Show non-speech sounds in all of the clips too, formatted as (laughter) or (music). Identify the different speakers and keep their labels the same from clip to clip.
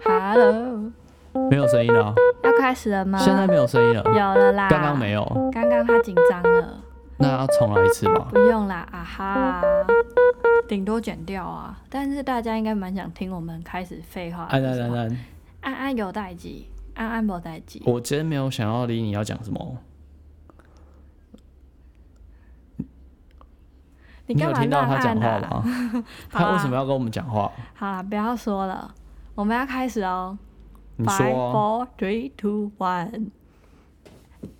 Speaker 1: Hello，
Speaker 2: 没有声音了哦，
Speaker 1: 要开始了吗？
Speaker 2: 现在没有声音了，
Speaker 1: 有啊了啦。
Speaker 2: 刚刚没有，
Speaker 1: 刚刚他紧张了，
Speaker 2: 那要重来一次吧
Speaker 1: 不。用啦，啊哈，顶多剪掉啊。但是大家应该蛮想听我们开始废话的。
Speaker 2: 安安安
Speaker 1: 是吧
Speaker 2: 安，
Speaker 1: 安安有代机，安安没代机。
Speaker 2: 我今天没有想要理你要讲什么，
Speaker 1: 你
Speaker 2: 你
Speaker 1: 干
Speaker 2: 有
Speaker 1: 嘛
Speaker 2: 听到
Speaker 1: 乱
Speaker 2: 他讲话
Speaker 1: 按啊？
Speaker 2: 吗？
Speaker 1: 好
Speaker 2: (laughs) 他
Speaker 1: 啊
Speaker 2: 为什么要跟我们讲话？
Speaker 1: 好啦，不要说了，我们要开始哦。
Speaker 2: 你
Speaker 1: Five,
Speaker 2: 说啊
Speaker 1: four, three, two, one。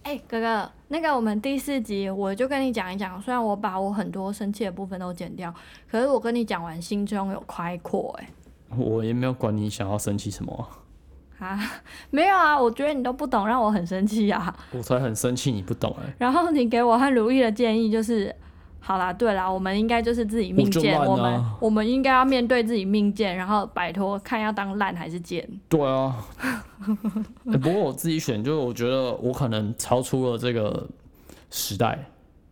Speaker 1: 哎、哥哥，那个我们第四集我就跟你讲一讲，虽然我把我很多生气的部分都剪掉，可是我跟你讲完，心中有开阔哎、
Speaker 2: 啊，我也没有管你想要生气什么，
Speaker 1: 啊， (laughs) 没有啊，我觉得你都不懂，让我很生气啊。
Speaker 2: 我才很生气，你不懂哎、
Speaker 1: 然后你给我和如意的建议就是，好啦，对啦，我们应该就是自己命贱，
Speaker 2: 我就
Speaker 1: 我
Speaker 2: 烂
Speaker 1: 们
Speaker 2: 啊
Speaker 1: 我们应该要面对自己命贱，然后摆脱看要当烂还是贱。
Speaker 2: 对啊， (laughs) 欸不过我自己选，就是我觉得我可能超出了这个时代，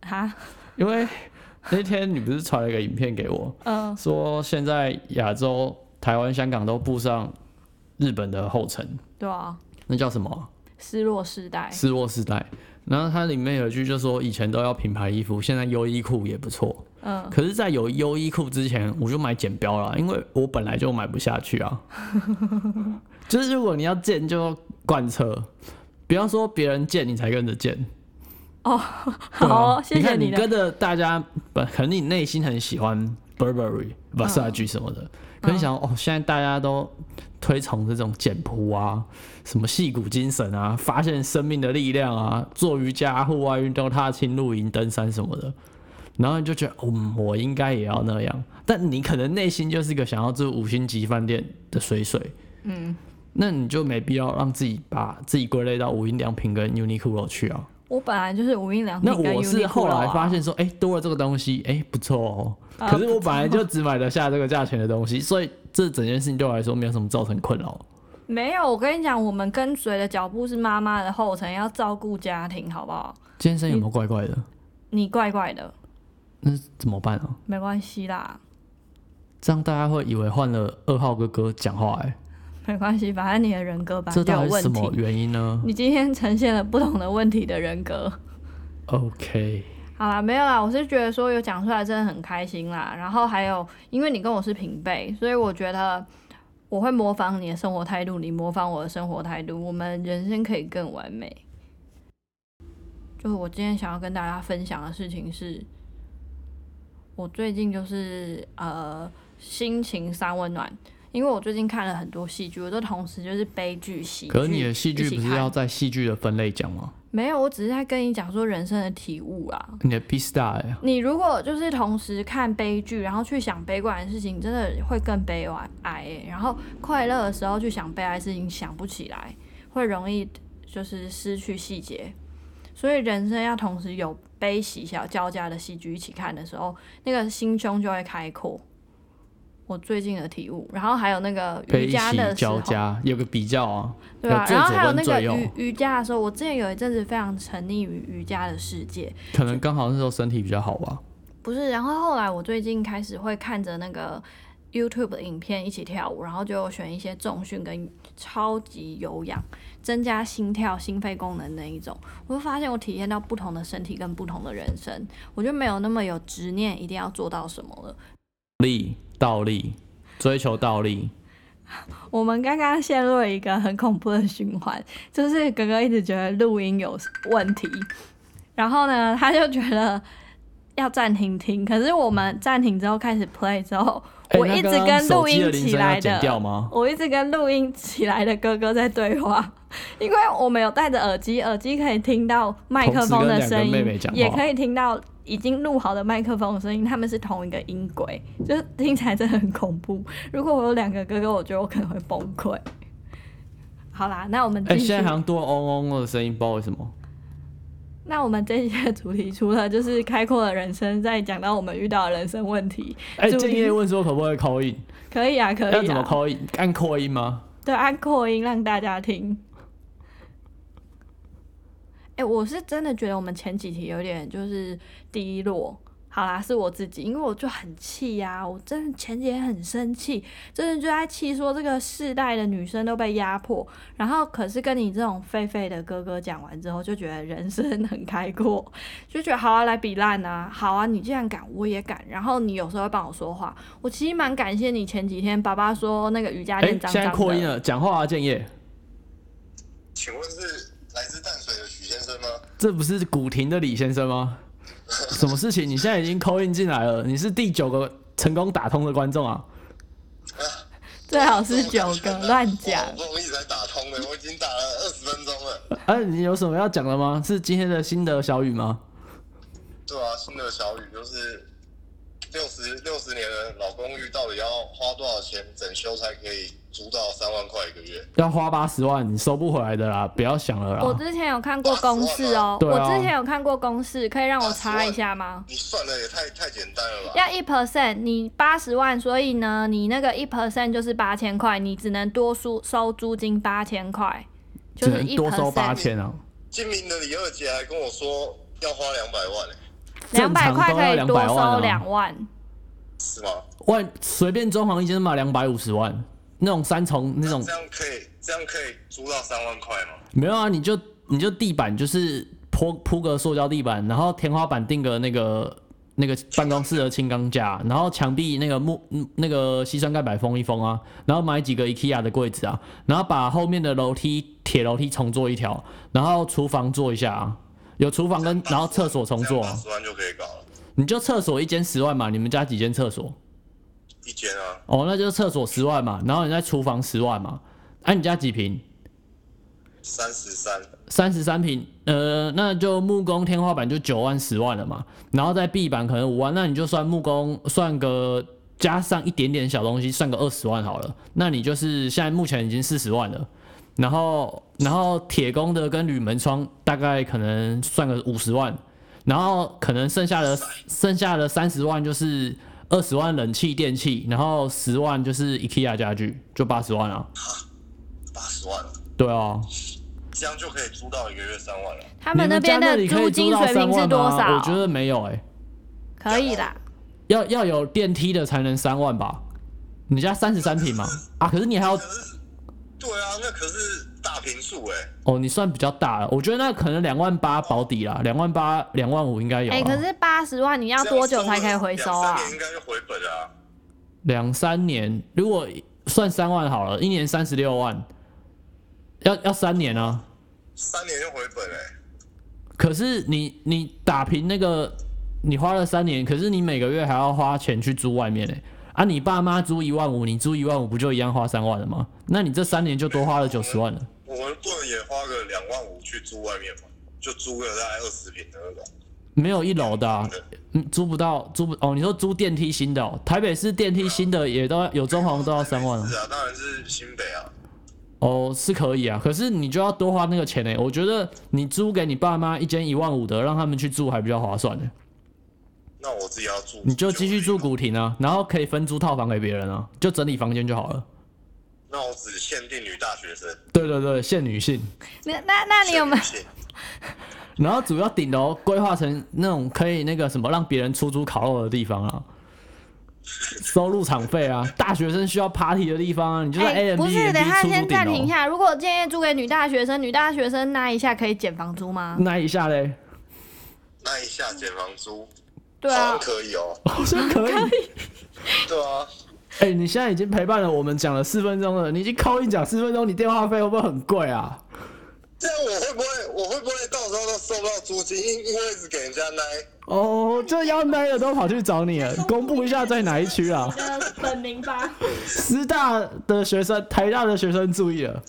Speaker 1: 哈，
Speaker 2: 因为那天你不是传了一个影片给我，
Speaker 1: 嗯、
Speaker 2: 说现在亚洲台湾、香港都步上日本的后尘，
Speaker 1: 对啊，
Speaker 2: 那叫什么？
Speaker 1: 失落时代，
Speaker 2: 失落时代。然后它里面有一句就说，以前都要品牌衣服，现在优衣库也不错。
Speaker 1: 嗯、
Speaker 2: 可是，在有优衣库之前，我就买剪标了，因为我本来就买不下去
Speaker 1: (laughs)
Speaker 2: 啊。就是如果你要贱，就要贯彻，不要说别人贱你才跟着贱。对啊
Speaker 1: 好，谢
Speaker 2: 你
Speaker 1: 谢
Speaker 2: 看
Speaker 1: 你
Speaker 2: 你
Speaker 1: 的
Speaker 2: 跟着大家，本可能你内心很喜欢 Burberry、Versace
Speaker 1: 嗯
Speaker 2: 什么的，可你想哦，现在大家都推崇这种简朴啊，什么戏骨精神啊，发现生命的力量啊，做瑜伽、户外运动、踏青、露营、登山什么的。然后你就觉得，嗯，我应该也要那样，但你可能内心就是个想要住五星级饭店的水水，
Speaker 1: 嗯，
Speaker 2: 那你就没必要让自己把自己归类到无印良品跟 Uniqlo 去啊。
Speaker 1: 我本来就是无印良品
Speaker 2: 那
Speaker 1: 跟 Uniqlo 啊、
Speaker 2: 我是后来发现说，哎、多了这个东西，哎、不错哦、
Speaker 1: 啊
Speaker 2: 可是我本来就只买得下这个价钱的东西，所以这整件事情对我来说没有什么造成困扰。
Speaker 1: 没有。我跟你讲，我们跟随的脚步是妈妈的后尘，要照顾家庭，好不好？
Speaker 2: 今天声音有没有怪怪的？
Speaker 1: 你怪怪的，
Speaker 2: 那怎么办啊？
Speaker 1: 没关系啦， (laughs)
Speaker 2: 这样大家会以为换了二号哥哥讲话、哎，
Speaker 1: 没关系，反正你的人格本来
Speaker 2: 这
Speaker 1: 就有
Speaker 2: 到底是什
Speaker 1: 问
Speaker 2: 么
Speaker 1: 题。
Speaker 2: 原因呢
Speaker 1: 你今天呈现了不同的问题的人格。
Speaker 2: ？OK，
Speaker 1: 好啦，没有啦，我是觉得说有讲出来真的很开心啦。然后还有，因为你跟我是平辈，所以我觉得我会模仿你的生活态度，你模仿我的生活态度，我们人生可以更完美。就是我今天想要跟大家分享的事情是，我最近就是呃心情三温暖，因为我最近看了很多戏剧，我都同时就是悲剧、喜剧。
Speaker 2: 可是你的戏
Speaker 1: 一
Speaker 2: 剧
Speaker 1: 起
Speaker 2: 不是
Speaker 1: 看
Speaker 2: 要在戏剧的分类讲吗？
Speaker 1: 没有？我只是在跟你讲说人生的体悟啊。
Speaker 2: 你的 B star，、哎
Speaker 1: 你如果就是同时看悲剧，然后去想悲观的事情，真的会更悲哀哀欸、然后快乐的时候去想悲哀的事情，想不起来，会容易就是失去细节。所以人生要同时有悲喜小交加的戏剧一起看的时候，那个心胸就会开阔。我最近的体悟，然后还有那个
Speaker 2: 悲
Speaker 1: 瑜伽
Speaker 2: 喜
Speaker 1: 的时
Speaker 2: 交
Speaker 1: 候，
Speaker 2: 加有个比较啊，
Speaker 1: 对啊，
Speaker 2: 有最
Speaker 1: 然后
Speaker 2: 左
Speaker 1: 还有
Speaker 2: 跟
Speaker 1: 那个
Speaker 2: 最右
Speaker 1: 瑜瑜伽的时候，我之前有一阵子非常沉溺于瑜伽的世界，
Speaker 2: 可能刚好那时候身体比较好吧。
Speaker 1: 不是，然后后来我最近开始会看着那个 YouTube 的影片一起跳舞，然后就选一些重训跟超级有氧，增加心跳、心肺功能那一种。我就发现我体验到不同的身体跟不同的人生，我就没有那么有执念一定要做到什么了。
Speaker 2: 力倒立，追求倒立。
Speaker 1: 我们刚刚陷入了一个很恐怖的循环， (laughs) 就是哥哥一直觉得录音有问题，然后呢，他就觉得 (laughs) 要暂停听，可是我们暂停之后开始 play 之后，
Speaker 2: 欸
Speaker 1: 我
Speaker 2: 那
Speaker 1: 一直
Speaker 2: 刚刚
Speaker 1: 跟
Speaker 2: 手
Speaker 1: 录
Speaker 2: 机
Speaker 1: 音
Speaker 2: 的铃
Speaker 1: 起
Speaker 2: 声要
Speaker 1: 来
Speaker 2: 剪
Speaker 1: 的
Speaker 2: 掉
Speaker 1: (laughs)
Speaker 2: 吗？
Speaker 1: 我一直跟录音起来的哥哥在对话，因为我们有戴着耳机，耳机可以听到麦克风的声音，
Speaker 2: (laughs) 同时跟两个妹妹讲话
Speaker 1: 也可以听到已经录好的麦克风的声音，他们是同一个音轨，就是听起来真的很恐怖。如果我有两个哥哥，我觉得我可能会崩溃。好啦，那我们
Speaker 2: 哎、
Speaker 1: 继续。
Speaker 2: 现在好像多嗡嗡嗡的声音，不知道为什么。
Speaker 1: 那我们这一期的主题除了就是开阔的人生，再讲到我们遇到的人生问题，
Speaker 2: 哎、
Speaker 1: 注意
Speaker 2: 建业问说可不可以扣印？
Speaker 1: 可以啊，可以啊。
Speaker 2: 要怎么扣印？按扣印吗？
Speaker 1: 对，按扩音让大家 (laughs) 听。欸哎、我是真的觉得我们前几题有点就是低落，好啦，是我自己，因为我就很气呀、我真的前几天很生气，真的就在气说这个世代的女生都被压迫，然后可是跟你这种狒狒的哥哥讲完之后，就觉得人生很开阔，就觉得好啊，来比烂啊，好啊，你既然敢，我也敢，然后你有时候会帮我说话，我其实蛮感谢你前几天爸爸说那个瑜伽
Speaker 2: 哎、
Speaker 1: 垫脏
Speaker 2: 现在
Speaker 1: 脏
Speaker 2: 扩音
Speaker 1: 的，
Speaker 2: 了，讲话啊，建业，
Speaker 3: 请问是来自淡水的许先生吗？
Speaker 2: 这不是古亭的李先生吗？什么事情？你现在已经扣印进来了，你是第九个成功打通的观众啊！
Speaker 1: 最好是九个乱讲。
Speaker 3: 哦我我一直在打通的，我已经打了二十分钟了。
Speaker 2: 哎、你有什么要讲的吗？是今天的心得小语吗？
Speaker 3: 对啊，新的小雨就是六十六十年的老公寓，到底要花多少钱整修才可以租到三万块一个月？
Speaker 2: 要花八十万，你收不回来的啦，不要想了
Speaker 1: 我
Speaker 2: 啦。
Speaker 1: 之前有看过公式哦、
Speaker 2: 对
Speaker 1: 我
Speaker 2: 啊
Speaker 1: 之前有看过公式，可以让我查一下吗？
Speaker 3: 你算的也太太简单了吧？
Speaker 1: 要一 percent，你八十万，所以呢，你那个一 percent 就是八千块，你只能多收收租金八千块，就
Speaker 2: 只
Speaker 1: 是
Speaker 2: 能
Speaker 1: 一
Speaker 2: 多收八
Speaker 1: percent，
Speaker 2: 千啊，
Speaker 3: 精明的李二姐还跟我说要花两百万、欸，
Speaker 1: 两百块可以
Speaker 2: 正常
Speaker 1: 多
Speaker 2: 都要
Speaker 1: 收
Speaker 2: 200万啊
Speaker 1: 两万。
Speaker 3: 是吗？
Speaker 2: 万随便装潢一间嘛两百五十万，那种三重那种
Speaker 3: 这样可以这样可以租到三万块吗？
Speaker 2: 没有啊，你就你就地板就是铺铺个塑胶地板，然后天花板定个那个那个办公室的轻钢架，然后墙壁那个木嗯那个吸酸盖板封一封啊，然后买几个 IKEA 的柜子啊，然后把后面的楼梯铁楼梯重做一条，然后厨房做一下啊，有厨房跟然后厕所重做、啊
Speaker 3: 八，十万就可以搞了，
Speaker 2: 你就厕所一间十万嘛，你们家几间厕所？
Speaker 3: 一间啊，
Speaker 2: 哦，那就是厕所十万嘛，然后你在厨房十万嘛，哎、你家几平？
Speaker 3: 三十三。
Speaker 2: 三十三平，呃，那就木工天花板就九万十万了嘛，然后在壁板可能五万，那你就算木工算个加上一点点小东西，算个二十万好了，那你就是现在目前已经四十万了，然后然后铁工的跟铝门窗大概可能算个五十万，然后可能剩下的剩下的三十万就是二十万冷气电器，然后十万就是 IKEA 家具，就八十万啊，
Speaker 3: 八十万，
Speaker 2: 对啊，
Speaker 3: 这样就可以租到一个月三万了。
Speaker 1: 他们那边
Speaker 2: 你
Speaker 1: 的
Speaker 2: 们家那
Speaker 1: 租
Speaker 2: 里可以
Speaker 1: 金
Speaker 2: 租到
Speaker 1: 水平是
Speaker 2: 3万吗啊
Speaker 1: 多少？
Speaker 2: 我觉得没有哎、
Speaker 1: 可以啦，
Speaker 2: 要要有电梯的才能三万吧？你家三十三平嘛？啊，可是你还要
Speaker 3: 可是，对啊，那可是大平数哎、
Speaker 2: 哦，你算比较大了。我觉得那可能两万八保底啦，两万八、两万五应该有啊
Speaker 1: 哎、
Speaker 2: 啦。
Speaker 1: 可是八十万你要
Speaker 3: 这样
Speaker 1: 多久才可以回收啊
Speaker 3: 两三？年应该就回本了啊。
Speaker 2: 两三年，如果算三万好了，一年三十六万，要要三年啊。
Speaker 3: 三年就回本哎、
Speaker 2: 可是你你打平那个，你花了三年，可是你每个月还要花钱去租外面嘞、啊，你爸妈租一万五，你租一万五不就一样花三万了吗？那你这三年就多花了九十万了。
Speaker 3: 我们不能也花个两万五去租外面嘛？就租个大概二十平的那种。
Speaker 2: 没有一楼的、啊
Speaker 3: 对，
Speaker 2: 嗯，租不到，租不哦。你说租电梯新的、哦，台北市电梯新的也都要有装潢都要三万
Speaker 3: 是
Speaker 2: 了，
Speaker 3: 啊，当然是新北啊。
Speaker 2: 哦，是可以啊。可是你就要多花那个钱呢、欸我觉得你租给你爸妈一间一万五的，让他们去住还比较划算呢、
Speaker 3: 那我自己要住，
Speaker 2: 你就继续住。古亭啊，然后可以分租套房给别人啊，就整理房间就好了。
Speaker 3: 那我只限定女大学生。
Speaker 2: 对对对，限女性。
Speaker 1: 那那那你有没有？
Speaker 3: 限女性
Speaker 2: 然后主要顶楼规划成那种可以那个什么让别人出租烤肉的地方啊，收入场费啊，大学生需要 party 的地方啊，你就在 A M
Speaker 1: 哎不
Speaker 2: B
Speaker 1: 是，等一下
Speaker 2: 出
Speaker 1: 先
Speaker 2: 租
Speaker 1: 暂
Speaker 2: 顶
Speaker 1: 停
Speaker 2: 楼
Speaker 1: 一。下。如果建议租给女大学生，女大学生那一下可以减房租吗？
Speaker 2: 那一下嘞，
Speaker 3: 那一下减房租，
Speaker 1: 对
Speaker 3: 好
Speaker 1: 啊
Speaker 3: 像，可以哦。
Speaker 2: 好像
Speaker 1: (laughs)
Speaker 2: 可以。
Speaker 3: 对啊，
Speaker 2: 哎、你现在已经陪伴了我们讲了四分钟了，你已经扣一讲四分钟，你电话费会不会很贵啊？
Speaker 3: 这样我会不会我会不会到时候都收不到租金？因因为一直给人家奶，
Speaker 2: 哦，这要奶的都跑去找你
Speaker 1: (laughs)
Speaker 2: 了，公布一下在哪一区啊？
Speaker 1: 本名吧。
Speaker 2: 师大的学生、台大的学生注意了，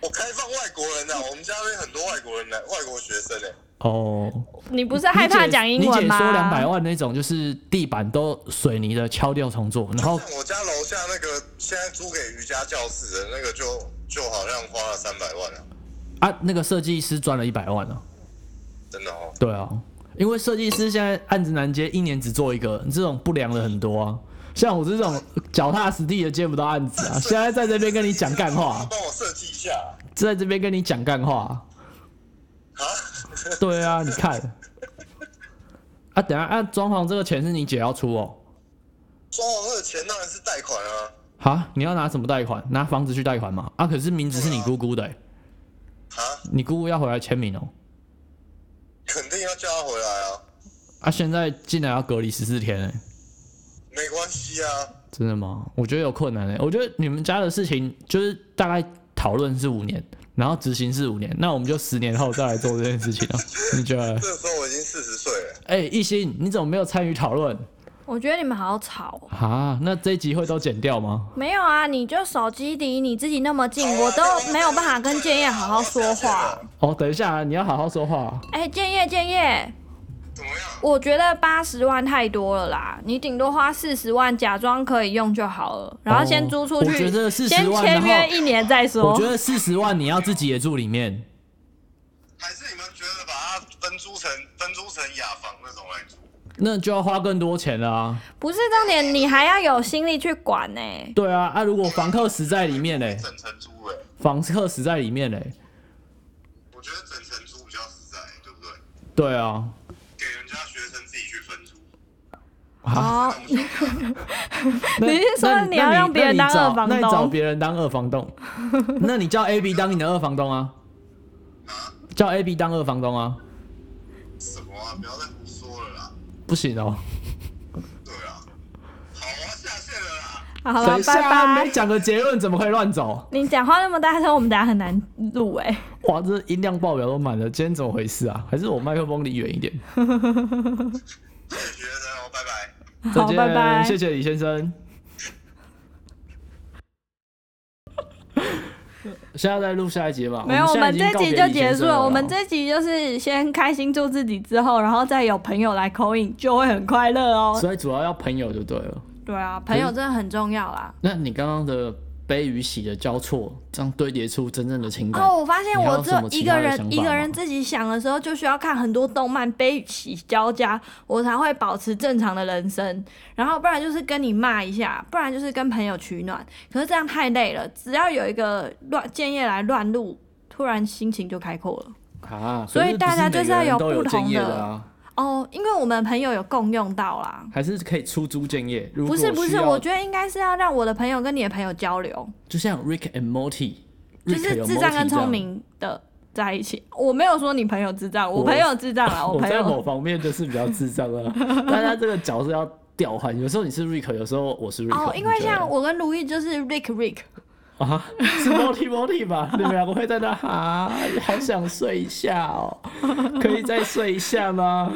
Speaker 3: 我开放外国人
Speaker 2: 嗯
Speaker 3: 啊，我们家那边很多外国人来，外国学生哎、
Speaker 2: 哦，
Speaker 1: 你不是害怕讲英文吗？
Speaker 2: 你姐说两百万那种，就是地板都水泥的敲掉重做，然
Speaker 1: (laughs)
Speaker 2: 后
Speaker 3: 像我家楼下那个现在租给瑜伽教室的那个就，就好像花了三百万啊，
Speaker 2: 啊，那个设计师赚了一百万啊。
Speaker 3: 真的哦。
Speaker 2: 对啊，因为设计师现在案子难接，一年只做一个，这种不良的很多啊。像我这种脚踏实地的接不到案子啊，现在在这边跟你讲干话，
Speaker 3: 帮我设计一下
Speaker 2: 在这边跟你讲干话，
Speaker 3: 啊！
Speaker 2: 对啊，你看，啊，等一下啊，装潢这个钱是你姐要出哦。
Speaker 3: 装潢的钱当然是贷款啊，
Speaker 2: 啊，你要拿什么贷款？拿房子去贷款吗？啊，可是名字是你姑姑的、欸，
Speaker 3: 啊，
Speaker 2: 你姑姑要回来签名哦、
Speaker 3: 肯定要叫他回来啊，
Speaker 2: 啊，现在竟然要隔离十四天、欸，
Speaker 3: 没关系啊，
Speaker 2: 真的吗？我觉得有困难哎、我觉得你们家的事情就是大概讨论是五年，然后执行是五年，那我们就十年后再来做这件事情啊？你觉得？
Speaker 3: 这时候我已经四十岁了，
Speaker 2: (laughs) 哎、一心，你怎么没有参与讨论
Speaker 1: 我觉得你们好吵、哦。
Speaker 2: 啊？那这一集会都剪掉吗？
Speaker 1: 没有啊，你就手机离你自己那么近，
Speaker 3: 好啊
Speaker 1: 哎我都
Speaker 3: 那我们
Speaker 1: 没有办法跟建业好好
Speaker 3: 啊
Speaker 1: 说话。
Speaker 2: 哦，等一下、啊，你要好好说话啊、
Speaker 1: 哎、建业，建业，
Speaker 3: 怎么样？
Speaker 1: 我觉得八十万太多了啦，你顶多花四十万假装可以用就好了，然后先租出
Speaker 2: 哦我
Speaker 1: 去，
Speaker 2: 觉得40
Speaker 1: 先
Speaker 2: 万
Speaker 1: 签
Speaker 2: 然后
Speaker 1: 约一年再说。
Speaker 2: 我觉得四十万你要自己也住里面，
Speaker 3: 还是你们觉得把它分租成分租成雅房那种来住？
Speaker 2: 那就要花更多钱了啊。
Speaker 1: 不是重点，你还要有心力去管呢、
Speaker 2: 对啊，啊，如果房客死在里面嘞，
Speaker 3: 整层租哎、
Speaker 2: 房客死在里面嘞，
Speaker 3: 我觉得整层租比较实在，对不对？
Speaker 2: 对啊，
Speaker 3: 给人家学生自己去分租，
Speaker 2: 啊，
Speaker 1: 哦，
Speaker 3: 看不起
Speaker 2: 那
Speaker 1: 你是说
Speaker 2: 那
Speaker 1: 你要让别人当二房
Speaker 2: 那你找那你找
Speaker 1: 东？
Speaker 2: 别人当二
Speaker 1: (laughs)
Speaker 2: 房东，那你叫 A B 当你的二房东啊，叫 A B 当二房东啊，
Speaker 3: 什么啊？不要再胡说了啦！
Speaker 2: 不行哦。
Speaker 3: 对啊，好啊，下线了啦。
Speaker 1: 好了
Speaker 2: 等一，
Speaker 1: 拜
Speaker 2: 下啊没
Speaker 1: 拜。
Speaker 2: 讲个结论，怎么可以
Speaker 1: (laughs)
Speaker 2: 乱走？
Speaker 1: 你讲话那么大声，我们等下很难录哎、
Speaker 2: 哇，这音量爆表都满了，今天怎么回事啊？还是我麦克风离远一点。
Speaker 3: 谢谢学生哦，拜拜。
Speaker 2: 再
Speaker 1: 好，
Speaker 2: 见，
Speaker 1: 拜拜。
Speaker 2: 谢谢李先
Speaker 1: (laughs)
Speaker 2: 生。现在再录下一集吧。
Speaker 1: 没有，我
Speaker 2: 现在
Speaker 1: 们
Speaker 2: 已
Speaker 1: 这
Speaker 2: 经告
Speaker 1: 集
Speaker 2: 别
Speaker 1: 就
Speaker 2: 李
Speaker 1: 结
Speaker 2: 先
Speaker 1: 束
Speaker 2: 生
Speaker 1: 了。
Speaker 2: 了。
Speaker 1: 我们这集就是先开心做自己，之后，然后再有朋友来口引，就会很快乐哦。
Speaker 2: 所以主要要朋友就对了。
Speaker 1: 对啊，朋友真的很重要啦。
Speaker 2: 那你刚刚的悲与喜的交错，这样堆叠出真正的情感。
Speaker 1: 哦，我发现
Speaker 2: 你还
Speaker 1: 我
Speaker 2: 有
Speaker 1: 只
Speaker 2: 什
Speaker 1: 有
Speaker 2: 么
Speaker 1: 一
Speaker 2: 其
Speaker 1: 个
Speaker 2: 他的
Speaker 1: 人
Speaker 2: 想
Speaker 1: 一
Speaker 2: 法
Speaker 1: 个
Speaker 2: 吗
Speaker 1: 人自己想的时候，就需要看很多动漫悲喜交加，我才会保持正常的人生。然后不然就是跟你骂一下，不然就是跟朋友取暖。可是这样太累了，只要有一个乱建业来乱入，突然心情就开阔了。
Speaker 2: 啊，
Speaker 1: 所以
Speaker 2: 可
Speaker 1: 大家
Speaker 2: 不
Speaker 1: 就是要
Speaker 2: 每个人
Speaker 1: 有
Speaker 2: 都
Speaker 1: 不
Speaker 2: 有
Speaker 1: 同
Speaker 2: 敬业
Speaker 1: 的
Speaker 2: 的啊，
Speaker 1: 哦，因为我们朋友有共用到啦。
Speaker 2: 还是可以出租敬业。如
Speaker 1: 不
Speaker 2: 果
Speaker 1: 是不
Speaker 2: 需
Speaker 1: 是，
Speaker 2: 要
Speaker 1: 我觉得应该是要让我的朋友跟你的朋友交流，
Speaker 2: 就像 Rick and Morty，
Speaker 1: 就
Speaker 2: Rick
Speaker 1: 是
Speaker 2: and
Speaker 1: 智障
Speaker 2: Morty
Speaker 1: 跟
Speaker 2: 这样
Speaker 1: 聪。明的在一起。我没有说你朋友智障， (laughs) 我
Speaker 2: 我
Speaker 1: 朋友智障啊，
Speaker 2: 我
Speaker 1: 朋
Speaker 2: 在某
Speaker 1: 友。
Speaker 2: 方面就是比较智障
Speaker 1: (laughs)
Speaker 2: 啊，大家这个角色要调换，有时候你是 Rick，有时候我是 Rick 你觉
Speaker 1: 哦
Speaker 2: 得。，
Speaker 1: 因为像我跟如意就是 Rick Rick，
Speaker 2: 啊，是 Morty Morty 吧？ (laughs) 你们两个会在那啊，好想睡一下哦，可以再睡一下吗？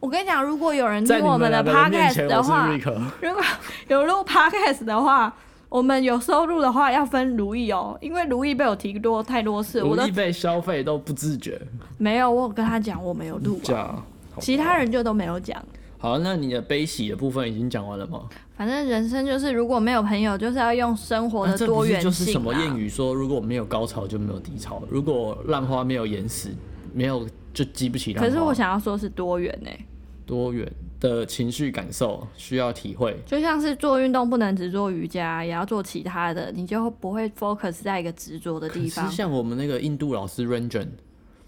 Speaker 1: 我 (laughs) 跟你讲，如果有人
Speaker 2: 在
Speaker 1: 听
Speaker 2: 你们
Speaker 1: 们的
Speaker 2: 两个人面
Speaker 1: podcast
Speaker 2: 前，
Speaker 1: 的
Speaker 2: 我是
Speaker 1: 话，
Speaker 2: Rick。
Speaker 1: 如果有录 podcast 的话，我们有收入的话要分如意哦，因为如意被我提多太多次，我
Speaker 2: 我
Speaker 1: 都
Speaker 2: 易被消费都不自觉，
Speaker 1: 没有，我有跟他讲我没有录
Speaker 2: 这
Speaker 1: 啊，
Speaker 2: 样。好
Speaker 1: 其他人就都没有讲。
Speaker 2: 好，那你的悲喜的部分已经讲完了吗？
Speaker 1: 反正人生就是，如果没有朋友，就是要用生活
Speaker 2: 那
Speaker 1: 的
Speaker 2: 这
Speaker 1: 多
Speaker 2: 不
Speaker 1: 元
Speaker 2: 是
Speaker 1: 性、啊
Speaker 2: 就是什么谚语说，如果没有高潮就没有低潮，如果浪花没有淹死，没有就激不起浪花。
Speaker 1: 可是我想要说是多元欸呢、
Speaker 2: 多元的情绪感受需要体会，
Speaker 1: 就像是做运动不能只做瑜伽，也要做其他的，你就不会 focus 在一个执着的
Speaker 2: 可
Speaker 1: 地
Speaker 2: 是
Speaker 1: 方。
Speaker 2: 像我们那个印度老师 Ranjan，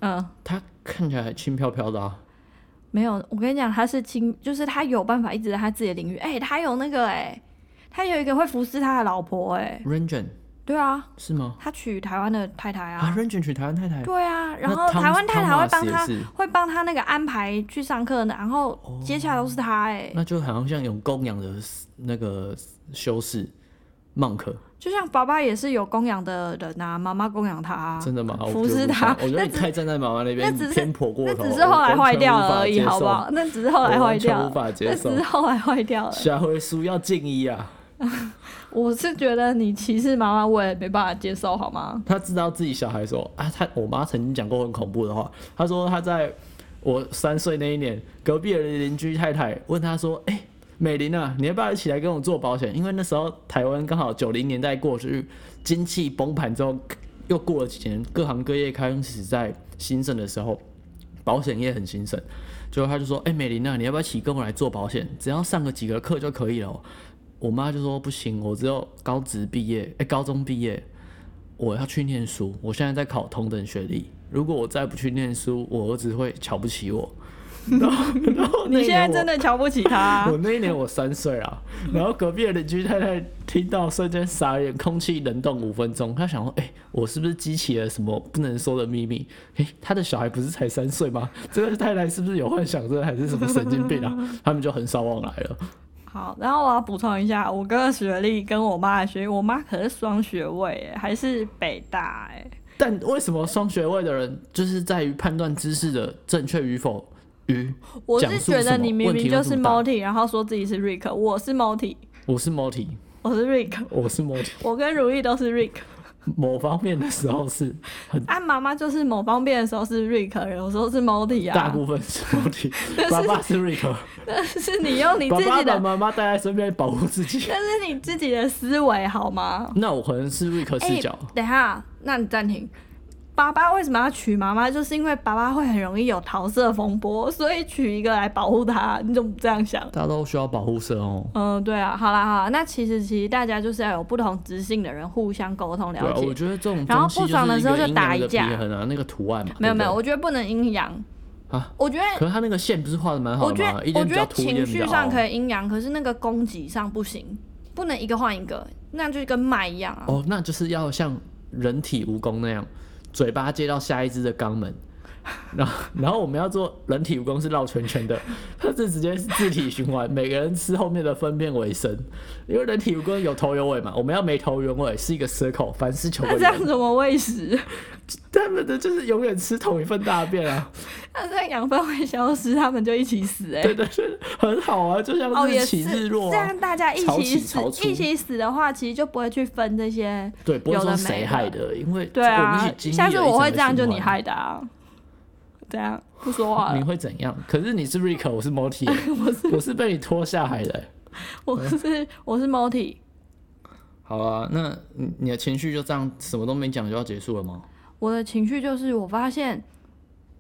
Speaker 1: 嗯，
Speaker 2: 他看起来轻飘飘的啊，
Speaker 1: 没有，我跟你讲，他是亲，就是他有办法一直在他自己的领域。哎、他有那个哎、他有一个会服侍他的老婆哎、
Speaker 2: Ranjan
Speaker 1: 对啊，
Speaker 2: 是吗？
Speaker 1: 他娶台湾的太太
Speaker 2: 啊
Speaker 1: 啊。
Speaker 2: ，Ranjan 娶台湾太太，
Speaker 1: 对啊，然
Speaker 2: 那
Speaker 1: 后
Speaker 2: 汤
Speaker 1: 台湾太太会
Speaker 2: 汤
Speaker 1: 帮
Speaker 2: 马
Speaker 1: 他
Speaker 2: 斯也是，哦
Speaker 1: 会帮他那个安排去上课呢，然后接下来都是他哎、
Speaker 2: 那就好像像有供养的那个修士 monk，
Speaker 1: 就像爸爸也是有供养的人啊，妈妈供养他、啊，
Speaker 2: 真的吗？
Speaker 1: 服侍他
Speaker 2: 我觉得
Speaker 1: 那
Speaker 2: 你
Speaker 1: 只
Speaker 2: 太站在妈妈那边
Speaker 1: 那只是
Speaker 2: 偏颇过
Speaker 1: 那
Speaker 2: 头，
Speaker 1: 只是后来坏掉了而已，
Speaker 2: 我完
Speaker 1: 好不好？？那
Speaker 2: 全无法接受
Speaker 1: 只是后来坏掉
Speaker 2: 我完全无法
Speaker 1: 了，
Speaker 2: 接
Speaker 1: 那
Speaker 2: 受
Speaker 1: 只是后来坏掉了。
Speaker 2: 下回书要敬一啊！
Speaker 1: 我是觉得你歧视妈妈，我也没办法接受，好吗？
Speaker 2: 他知道自己小孩说啊，他我妈曾经讲过很恐怖的话，她说她在我三岁那一年，隔壁的邻居太太问她说，哎、美玲啊，你要不要一起来跟我做保险？因为那时候台湾刚好九零年代过去，经济崩盘之后，又过了几年，各行各业开始在兴盛的时候，保险业很兴盛。结果他就说：“哎、美玲啊，你要不要一起跟我来做保险？只要上个几个课就可以了哦。”我妈就说：“不行，我只有高职毕业，哎、高中毕业，我要去念书。我现在在考同等学历，如果我再不去念书，我儿子会瞧不起我。” (laughs) 然后，然后那
Speaker 1: 你
Speaker 2: 一
Speaker 1: 现在
Speaker 2: 年我
Speaker 1: 真的瞧不起他、
Speaker 2: (laughs) 我那一年我三
Speaker 1: (laughs)
Speaker 2: 岁啊，然后隔壁的邻居太太听到瞬间傻眼，空气冷冻五分钟。她想说：“哎、我是不是激起了什么不能说的秘密？哎、他的小孩不是才三岁吗？ (laughs) 这个太太是不是有幻想症还是什么神经
Speaker 1: (laughs)
Speaker 2: 病啊？”他们就很少往来了。
Speaker 1: 好，然后我要补充一下，我哥的学历跟我妈的学历，我妈可是双学位耶，还是北大哎。
Speaker 2: 但为什么双学位的人就是在于判断知识的正确与否与
Speaker 1: 我
Speaker 2: 讲
Speaker 1: 是
Speaker 2: 述
Speaker 1: 觉
Speaker 2: 什
Speaker 1: 得
Speaker 2: 么
Speaker 1: 你明
Speaker 2: 问题
Speaker 1: 明
Speaker 2: 会
Speaker 1: 就
Speaker 2: 这
Speaker 1: 是
Speaker 2: 么大
Speaker 1: multi，然后说自己是 Rick，我是 multi，
Speaker 2: 我是 multi，
Speaker 1: 我是 Rick， (laughs)
Speaker 2: 我是 multi，
Speaker 1: 我跟如意都是 Rick。
Speaker 2: 某方面的时
Speaker 1: (laughs)
Speaker 2: 候是很
Speaker 1: 啊，妈妈就是某方面的时候是 Rick，有时候是 multi
Speaker 2: 大
Speaker 1: 啊。
Speaker 2: 部分是 multi，
Speaker 1: (laughs) 但是
Speaker 2: 爸爸是 Rick。
Speaker 1: 但是你用你
Speaker 2: 爸
Speaker 1: 自
Speaker 2: 爸
Speaker 1: 己
Speaker 2: 把
Speaker 1: 的，
Speaker 2: 妈妈带在身边保护自己。
Speaker 1: 但是你自己的思维好吗？
Speaker 2: 那我可能是瑞克
Speaker 1: 哎，
Speaker 2: 视角，
Speaker 1: 等一下，那你暂停。爸爸为什么要娶妈妈？就是因为爸爸会很容易有桃色风波， (laughs) 所以娶一个来保护他。你怎么不这样想？
Speaker 2: 大家都需要保护色哦。
Speaker 1: 嗯，对啊，好啦好啦，那其实其实大家就是要有不同直性的人互相沟通
Speaker 2: 对
Speaker 1: 了
Speaker 2: 啊，
Speaker 1: 解。
Speaker 2: 我觉得这种
Speaker 1: 然后
Speaker 2: 东西
Speaker 1: 不爽的时候
Speaker 2: 是一个
Speaker 1: 就打
Speaker 2: 阴阳的
Speaker 1: 一架
Speaker 2: 平衡啊，那个图案嘛。
Speaker 1: 没有
Speaker 2: 对不对
Speaker 1: 没有，我觉得不能阴阳
Speaker 2: 啊。
Speaker 1: 我觉得
Speaker 2: 可是他那个线不是画的蛮好
Speaker 1: 我
Speaker 2: 的
Speaker 1: 觉
Speaker 2: 吗？
Speaker 1: 得
Speaker 2: 一
Speaker 1: 我
Speaker 2: 点比
Speaker 1: 觉
Speaker 2: 较
Speaker 1: 得
Speaker 2: 凸，一
Speaker 1: 情
Speaker 2: 点比
Speaker 1: 绪
Speaker 2: 较
Speaker 1: 上
Speaker 2: 凹。
Speaker 1: 可以阴阳，可是那个供给上不行，不能一个换一个，那就跟卖一样啊。
Speaker 2: 哦，那就是要像人体蜈蚣那样，嘴巴接到下一只的肛门。 (laughs) 然后，然后我们要做人体蜈蚣是绕圈圈的， (laughs) 它是直接是自体循环，每个人吃后面的粪便为生，因为人体蜈蚣有头有尾嘛，我们要没头有尾是一个 circle，凡是求个
Speaker 1: 那 (laughs) 这样
Speaker 2: 圆
Speaker 1: 怎么喂食？ (laughs)
Speaker 2: 他们的就是永远吃同一份大便啊， (laughs)
Speaker 1: 那这样养分会消失，他们就一起死哎、
Speaker 2: 对对对，很好啊，就像
Speaker 1: 哦，也
Speaker 2: 日
Speaker 1: 是
Speaker 2: 起日落
Speaker 1: 这
Speaker 2: 啊，
Speaker 1: 样大家一
Speaker 2: 潮
Speaker 1: 起
Speaker 2: 起
Speaker 1: 死
Speaker 2: 潮出
Speaker 1: 一起死的话，其实就不会去分这些。
Speaker 2: 对，不会
Speaker 1: 有的
Speaker 2: 说
Speaker 1: 没
Speaker 2: 谁
Speaker 1: 的
Speaker 2: 害的，因为
Speaker 1: 对
Speaker 2: 我
Speaker 1: 啊
Speaker 2: 们一，起经历
Speaker 1: 下次
Speaker 2: 了一
Speaker 1: 我会
Speaker 2: 整个
Speaker 1: 这样，就
Speaker 2: 循
Speaker 1: 你
Speaker 2: 环。
Speaker 1: 害的啊。这样不说话
Speaker 2: 你
Speaker 1: 了，
Speaker 2: 会怎样？可是你是 Rick，我是 Morty，
Speaker 1: (laughs)
Speaker 2: 我是我是被你拖下海的欸、
Speaker 1: 我是我是 multi，
Speaker 2: 好啊，那你你的情绪就这样，什么都没讲就要结束了吗？
Speaker 1: 我的情绪就是我发现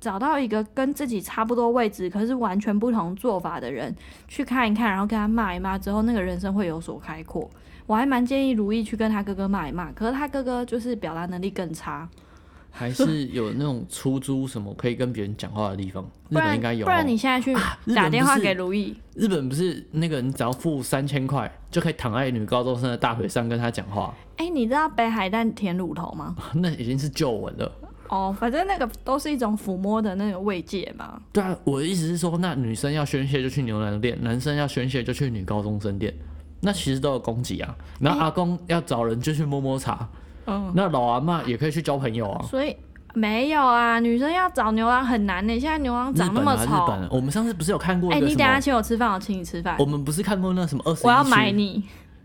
Speaker 1: 找到一个跟自己差不多位置，可是完全不同做法的人去看一看，然后跟他骂一骂之后，那个人生会有所开阔。我还蛮建议如意去跟他哥哥骂一骂，可是他哥哥就是表达能力更差，
Speaker 2: 还是有那种出租什么可以跟别人讲话的地方？
Speaker 1: 不
Speaker 2: 日本
Speaker 1: 然
Speaker 2: 应该有、哦。
Speaker 1: 不然你现在去
Speaker 2: 日本
Speaker 1: 打电话
Speaker 2: 不是
Speaker 1: 给如意，
Speaker 2: 日本不是那个你只要付三千块就可以躺在女高中生的大腿上跟她讲话，
Speaker 1: 哎、你知道北海蛋甜乳头吗？
Speaker 2: 那已经是旧闻了。
Speaker 1: (laughs) 哦，反正那个都是一种抚摸的那个慰藉嘛。
Speaker 2: 对啊，我的意思是说，那女生要宣泄就去牛郎店，男生要宣泄就去女高中生店，那其实都有供给啊。然后阿公要找人就去摸摸茶，
Speaker 1: 嗯，
Speaker 2: 那老阿嬷也可以去交朋友啊。
Speaker 1: 所以没有啊，女生要找牛郎很难呢、现在牛郎
Speaker 2: 日
Speaker 1: 长那
Speaker 2: 本
Speaker 1: 么
Speaker 2: 啊，日
Speaker 1: 丑，
Speaker 2: 本、啊，我们上次不是有看过
Speaker 1: 哎、
Speaker 2: 一个
Speaker 1: 你
Speaker 2: 什
Speaker 1: 等下
Speaker 2: 么？哦
Speaker 1: 请我吃饭，我请你吃饭
Speaker 2: 我。们不是看过那什么二十一区？
Speaker 1: 我要买你。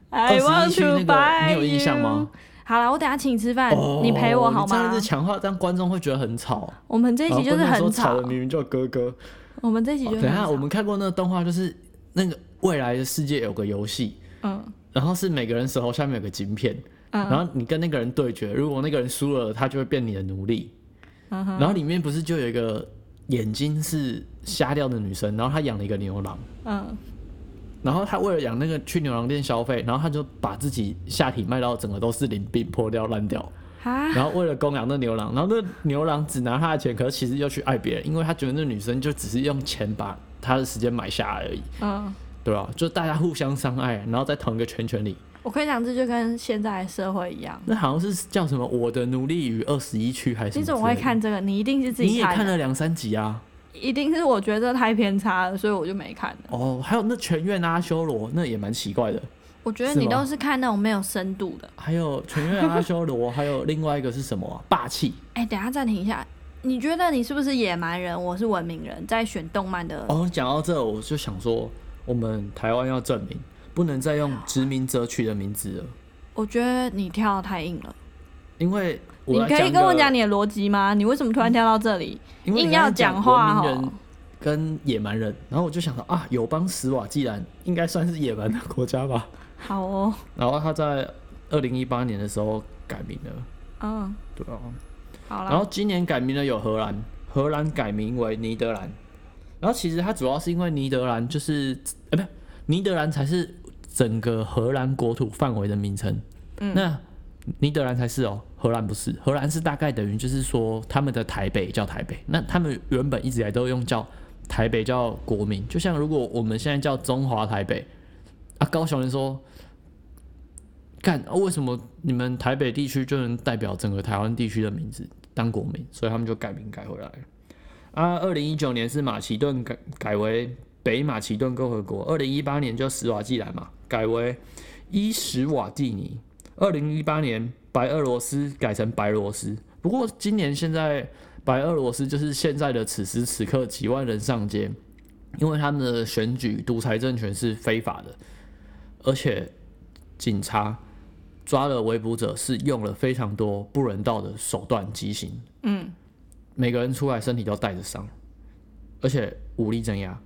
Speaker 1: I
Speaker 2: 21
Speaker 1: want
Speaker 2: 区那
Speaker 1: to
Speaker 2: 个，
Speaker 1: buy
Speaker 2: 你有印象吗？？
Speaker 1: 好了，我等下请你吃饭，
Speaker 2: 哦
Speaker 1: 你陪我好
Speaker 2: 你这
Speaker 1: 吗
Speaker 2: 样子？强化，这样观众会觉得很吵。
Speaker 1: 我们这一集就是
Speaker 2: 然后观
Speaker 1: 很
Speaker 2: 哦众说吵
Speaker 1: 吵
Speaker 2: 的，明明叫哥哥。
Speaker 1: 我们这一集就是
Speaker 2: 等一
Speaker 1: 很
Speaker 2: 下，
Speaker 1: 吵。
Speaker 2: 我们看过那个动画，就是那个未来的世界有个游戏，
Speaker 1: 嗯
Speaker 2: 然后是每个人手头下面有个晶片，
Speaker 1: 嗯
Speaker 2: 然后你跟那个人对决，如果那个人输了，他就会变你的奴隶。
Speaker 1: 嗯哼
Speaker 2: 然后里面不是就有一个眼睛是瞎掉的女生，然后她养了一个牛郎，
Speaker 1: 嗯，
Speaker 2: 然后她为了养那个去牛郎店消费，然后她就把自己下体卖到整个都是鳞病破掉烂
Speaker 1: (laughs)
Speaker 2: 掉，
Speaker 1: 啊，
Speaker 2: 然后为了供养那牛郎，然后那牛郎只拿他的钱，可是其实又去爱别人，因为他觉得那女生就只是用钱把他的时间买下来而已，
Speaker 1: 嗯，
Speaker 2: 对吧、就大家互相伤害，然后在同一个圈圈里，
Speaker 1: 我跟你讲，这就跟现在的社会一样。
Speaker 2: 那好像是叫什么《我的奴隶与二十一区》还是什
Speaker 1: 你
Speaker 2: 么之
Speaker 1: 怎
Speaker 2: 类
Speaker 1: 么
Speaker 2: 的
Speaker 1: 会看？这个？你一定是自
Speaker 2: 你
Speaker 1: 己
Speaker 2: 也
Speaker 1: 看
Speaker 2: 看
Speaker 1: 的，
Speaker 2: 了两三集啊？
Speaker 1: 一定是我觉得太偏差了，所以我就没看。
Speaker 2: 哦，还有那全院阿修罗，那也蛮奇怪的。
Speaker 1: 我觉得
Speaker 2: 是
Speaker 1: 你
Speaker 2: 吗
Speaker 1: 都是看那种没有深度的。
Speaker 2: 还有全院阿修罗，还有另外一个是什么啊、 (laughs) 霸气
Speaker 1: 哎、等一下暂停一下，你觉得你是不是野蛮人？我是文明人，在选动漫的。
Speaker 2: 哦，讲到这，我就想说，我们台湾要证明，不能再用殖民者取的名字了，
Speaker 1: 我觉得你跳得太硬了。
Speaker 2: 因为我
Speaker 1: 你
Speaker 2: 来
Speaker 1: 可以跟我
Speaker 2: 一个
Speaker 1: 讲，你的逻辑吗？你为什么突然跳到这
Speaker 2: (laughs)
Speaker 1: 里？
Speaker 2: 因为
Speaker 1: 硬
Speaker 2: 你刚
Speaker 1: 要
Speaker 2: 刚讲
Speaker 1: 讲话
Speaker 2: 文明人
Speaker 1: 哦
Speaker 2: 跟野蛮人，然后我就想到啊，友邦斯瓦既然应该算是野蛮的国家吧，
Speaker 1: 好哦，
Speaker 2: 然后他在二零一八年的时候改名了，
Speaker 1: 嗯，
Speaker 2: 对啊，
Speaker 1: 好
Speaker 2: 然
Speaker 1: 了，
Speaker 2: 后今年改名的有荷兰，荷兰改名为尼德兰。然后其实它主要是因为尼德兰就是，哎、不是，尼德兰才是整个荷兰国土范围的名称。
Speaker 1: 嗯
Speaker 2: 那尼德兰才是哦，荷兰不是，荷兰是大概等于就是说他们的台北叫台北，那他们原本一直以来都用叫台北叫国民，就像如果我们现在叫中华台北，啊，高雄人说，干、啊为什么你们台北地区就能代表整个台湾地区的名字当国民，所以他们就改名改回来了。啊，二零一九年是马其顿改改为北马其顿共和国，二零一八年就史瓦济兰嘛，改为伊什瓦蒂尼，二零一八年白俄罗斯改成白罗斯，不过今年现在白俄罗斯就是现在的此时此刻几万人上街，因为他们的选举独裁政权是非法的，而且警察抓了围捕者是用了非常多不人道的手段极刑，
Speaker 1: 嗯，
Speaker 2: 每个人出来身体都带着伤，而且武力镇压。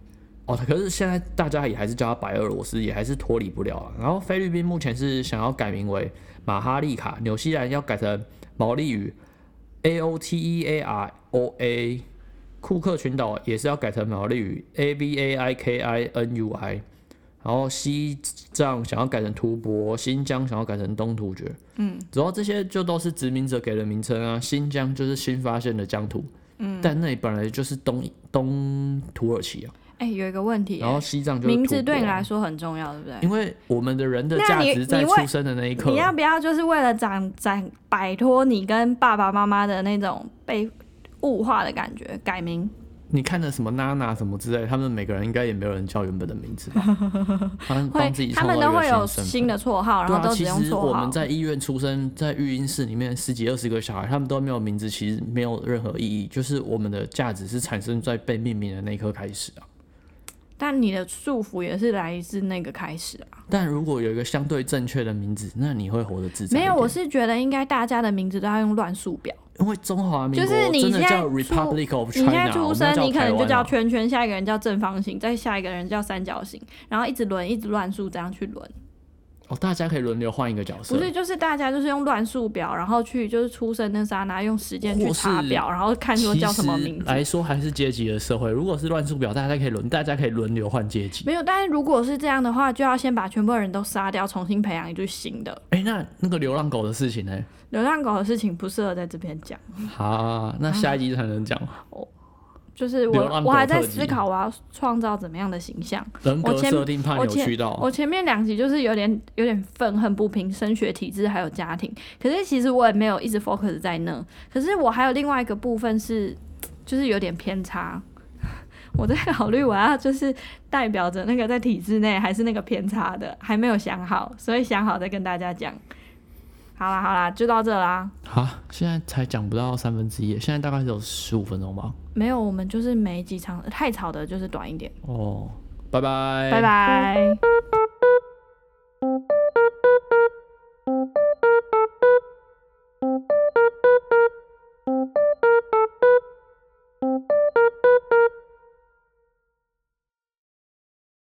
Speaker 2: 哦，可是现在大家也还是叫他白俄罗斯，也还是脱离不了啊。然后菲律宾目前是想要改名为马哈利卡，纽西兰要改成毛利语 A O T E A R O A，库克群岛也是要改成毛利语 A V A I K I N U I，然后西藏想要改成吐蕃，新疆想要改成东突厥。
Speaker 1: 嗯
Speaker 2: 主要这些就都是殖民者给的名称啊。新疆就是新发现的疆土，嗯，但那里本来就是东东土耳其啊，
Speaker 1: 哎、有一个问题、
Speaker 2: 然后西藏就是
Speaker 1: 名字
Speaker 2: 吐蕃
Speaker 1: 对你来，说很重要，对不对？
Speaker 2: 因为我们的人的
Speaker 1: 那
Speaker 2: 价
Speaker 1: 你
Speaker 2: 值在
Speaker 1: 你为
Speaker 2: 出生的那一刻
Speaker 1: 你，要不要就是为了展展摆脱你跟爸爸妈妈的那种被物化的感觉，改名？
Speaker 2: 你看的什么娜娜什么之类，他们每个人应该也没有人叫原本的
Speaker 1: (laughs)
Speaker 2: 名字吧，他们
Speaker 1: 会
Speaker 2: 帮自己，
Speaker 1: 他
Speaker 2: 创
Speaker 1: 们
Speaker 2: 造一
Speaker 1: 都会有
Speaker 2: 个身
Speaker 1: 新
Speaker 2: 份。
Speaker 1: 的绰号，然
Speaker 2: 对
Speaker 1: 后
Speaker 2: 啊，
Speaker 1: 都只
Speaker 2: 其
Speaker 1: 用
Speaker 2: 实
Speaker 1: 绰
Speaker 2: 我
Speaker 1: 号
Speaker 2: 们。在医院出生，在育婴室里面十几二十个小孩，他们都没有名字，其实没有任何意义。就是我们的价值是产生在被命名的那一刻开始啊。
Speaker 1: 但你的束缚也是来自那个开始啊。
Speaker 2: 但如果有一个相对正确的名字，那你会活得自在一
Speaker 1: 没
Speaker 2: 点。
Speaker 1: 有，我是觉得应该大家的名字都要用乱数表。
Speaker 2: 因为中华民
Speaker 1: 就
Speaker 2: 国
Speaker 1: 是你
Speaker 2: 真
Speaker 1: 现
Speaker 2: 的
Speaker 1: 在
Speaker 2: 叫
Speaker 1: 出
Speaker 2: Republic of
Speaker 1: 你现
Speaker 2: China，
Speaker 1: 在
Speaker 2: 我
Speaker 1: 出
Speaker 2: 们
Speaker 1: 生，
Speaker 2: 要叫
Speaker 1: 你可
Speaker 2: 台
Speaker 1: 能就
Speaker 2: 湾
Speaker 1: 叫
Speaker 2: 啊
Speaker 1: 圈圈，下一个人叫正方形，再下一个人叫三角形，然后一直轮，一直乱数这样去轮。
Speaker 2: 哦，大家可以轮流换一个角色，
Speaker 1: 不是，就是大家就是用乱数表，然后去就是出生那刹那用时间去
Speaker 2: 或
Speaker 1: 查
Speaker 2: 是
Speaker 1: 表，然后看说叫什么名字
Speaker 2: 其实。来说还是阶级的社会。如果是乱数表，大家可以轮，大家可以轮流换阶级。
Speaker 1: 没有，但是如果是这样的话，就要先把全部人都杀掉，重新培养一对新的。
Speaker 2: 哎、那那个流浪狗的事情呢？
Speaker 1: 流浪狗的事情不适合在这边讲，
Speaker 2: 好、那下一集才能讲
Speaker 1: 就是
Speaker 2: 流
Speaker 1: 我
Speaker 2: 浪
Speaker 1: 我
Speaker 2: 狗
Speaker 1: 还在
Speaker 2: 特辑
Speaker 1: 思考我要创造怎么样的形象。
Speaker 2: 人格
Speaker 1: 我前
Speaker 2: 设定，怕
Speaker 1: 我
Speaker 2: 扭
Speaker 1: 前
Speaker 2: 曲到
Speaker 1: 我前面两集就是有点有点愤恨不平，升学体制还有家庭，可是其实我也没有一直 focus 在那，可是我还有另外一个部分是，就是有点偏差。 (laughs) 我在考虑我要就是代表着那个在体制内还是那个偏差的，还没有想好，所以想好再跟大家讲。好啦好啦，就到这啦。
Speaker 2: 啊！现在才讲不到三分之一，现在大概只有十五分钟吧。
Speaker 1: 没有，我们就是每几场太吵的，就是短一点。
Speaker 2: 哦，拜拜，
Speaker 1: 拜拜。